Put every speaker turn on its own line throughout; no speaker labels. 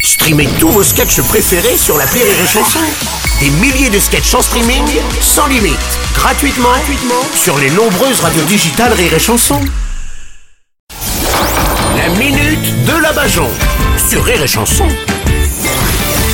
Streamez tous vos sketchs préférés sur la Rire et Chanson. Des milliers de sketchs en streaming, sans limite, gratuitement, gratuitement sur les nombreuses radios digitales Rire et Chanson. La minute de la Bajon sur Rire et Chanson.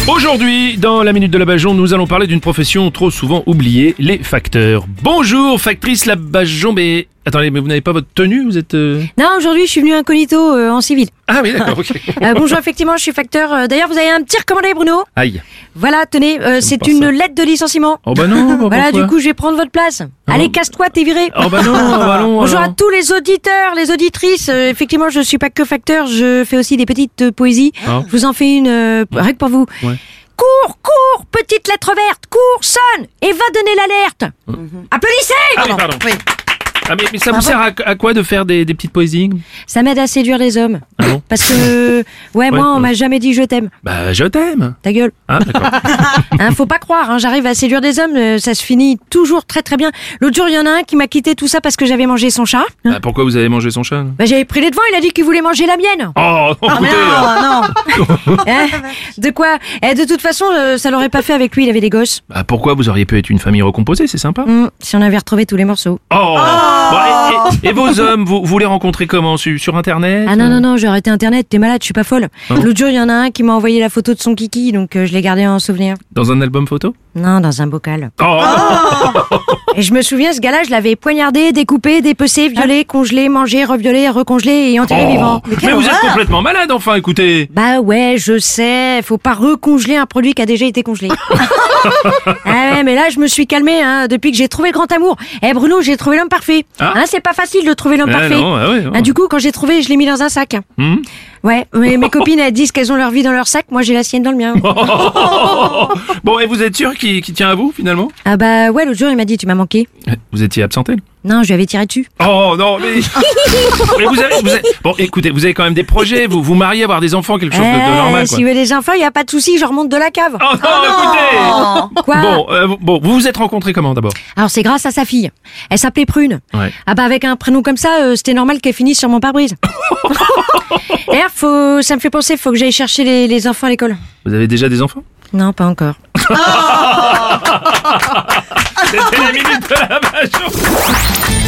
Aujourd'hui, dans la Minute de la Bajon, nous allons parler d'une profession trop souvent oubliée, les facteurs. Bonjour, factrice la Bajon, mais... Attendez, mais vous n'avez pas votre tenue, vous êtes... euh,
Non, aujourd'hui, je suis venue incognito euh, en civil.
Ah oui, d'accord, ok.
Euh, bonjour, effectivement, je suis facteur. Euh, D'ailleurs, vous avez un petit recommandé, Bruno
Aïe.
Voilà, tenez, euh, c'est
pas
une
ça.
lettre de licenciement.
Oh bah non, bah
voilà,
pourquoi Ah
du coup, je vais prendre votre place. Allez, casse-toi, t'es viré.
Oh bah non, bah non,
Bonjour
alors.
à tous les auditeurs, les auditrices. Euh, effectivement, je suis pas que facteur, je fais aussi des petites euh, poésies.
Ah.
Je vous en fais une euh, rien que pour vous.
Ouais.
Cours, cours, petite lettre verte, cours, sonne et va donner l'alerte. Applaudissez
Ah oui, pardon. Ah mais, mais ça vous sert à, à quoi de faire des, des petites poésies
Ça m'aide à séduire les hommes.
Ah bon
Parce que, euh, ouais, moi,
ouais.
on m'a jamais dit je t'aime.
Bah je t'aime
Ta gueule.
Ah d'accord.
Hein, faut pas croire, hein, j'arrive à séduire des hommes, euh, ça se finit toujours très très bien. L'autre jour, il y en a un qui m'a quitté tout ça parce que j'avais mangé son chat. hein.
Bah, pourquoi vous avez mangé son chat là
Bah, j'avais pris les devants, il a dit qu'il voulait manger la mienne.
Oh, écoutez, euh,
Hein de quoi Eh, De toute façon, euh, ça l'aurait pas fait avec lui, il avait des gosses.
bah, pourquoi vous auriez pu être une famille recomposée, c'est sympa.
Hmm, si on avait retrouvé tous les morceaux.
Oh, Bon, et, et- et vos hommes, vous, vous les rencontrez comment sur, sur Internet
Ah non, non, non, j'ai arrêté Internet, t'es malade, je suis pas folle.
Ah
L'autre jour, il y en a un qui m'a envoyé la photo de son kiki, donc euh, je l'ai gardé en souvenir.
Dans un album photo
Non, dans un bocal.
Oh,
Ah, Et je me souviens, ce gars-là, je l'avais poignardé, découpé, dépecé, violé, congelé, mangé, reviolé, recongelé et enterré
Oh,
vivant.
mais, vous êtes complètement malade, enfin, écoutez.
Bah ouais, je sais, faut pas recongeler un produit qui a déjà été congelé. ah ouais, mais là, je me suis calmée hein, depuis que j'ai trouvé le grand amour. Eh Bruno, j'ai trouvé l'homme parfait.
Ah.
Hein, c'est pas facile de trouver l'homme
Ah
parfait.
non, ah ouais, non.
Ah, du coup, quand j'ai trouvé, je l'ai mis dans un sac.
Hmm
Ouais, mais mes copines, elles disent qu'elles ont leur vie dans leur sac, moi j'ai la sienne dans le mien.
Oh. bon, et vous êtes sûr qu'il qu'il tient à vous, finalement
ah bah ouais, l'autre jour, il m'a dit, tu m'as manqué.
Vous étiez absenté
Non, je lui avais tiré dessus.
Oh non, mais... Mais vous avez, vous avez- Bon, écoutez, vous avez quand même des projets, vous vous mariez, avoir des enfants, quelque chose de, de
Eh,
normal,
si
quoi.
vous voulez des enfants, il y a pas de souci, je remonte de la cave.
Oh non, écoutez
Quoi
Bon, euh, bon, vous vous êtes rencontrés comment, d'abord
Alors c'est grâce à sa fille. Elle s'appelait Prune.
Ouais.
Ah bah avec un prénom comme ça, euh, c'était normal qu'elle finisse sur mon pare-brise. D'ailleurs, faut, ça me fait penser, faut que j'aille chercher les, les enfants à l'école.
Vous avez déjà des enfants
Non, pas encore.
C'était la minute de la Bajon.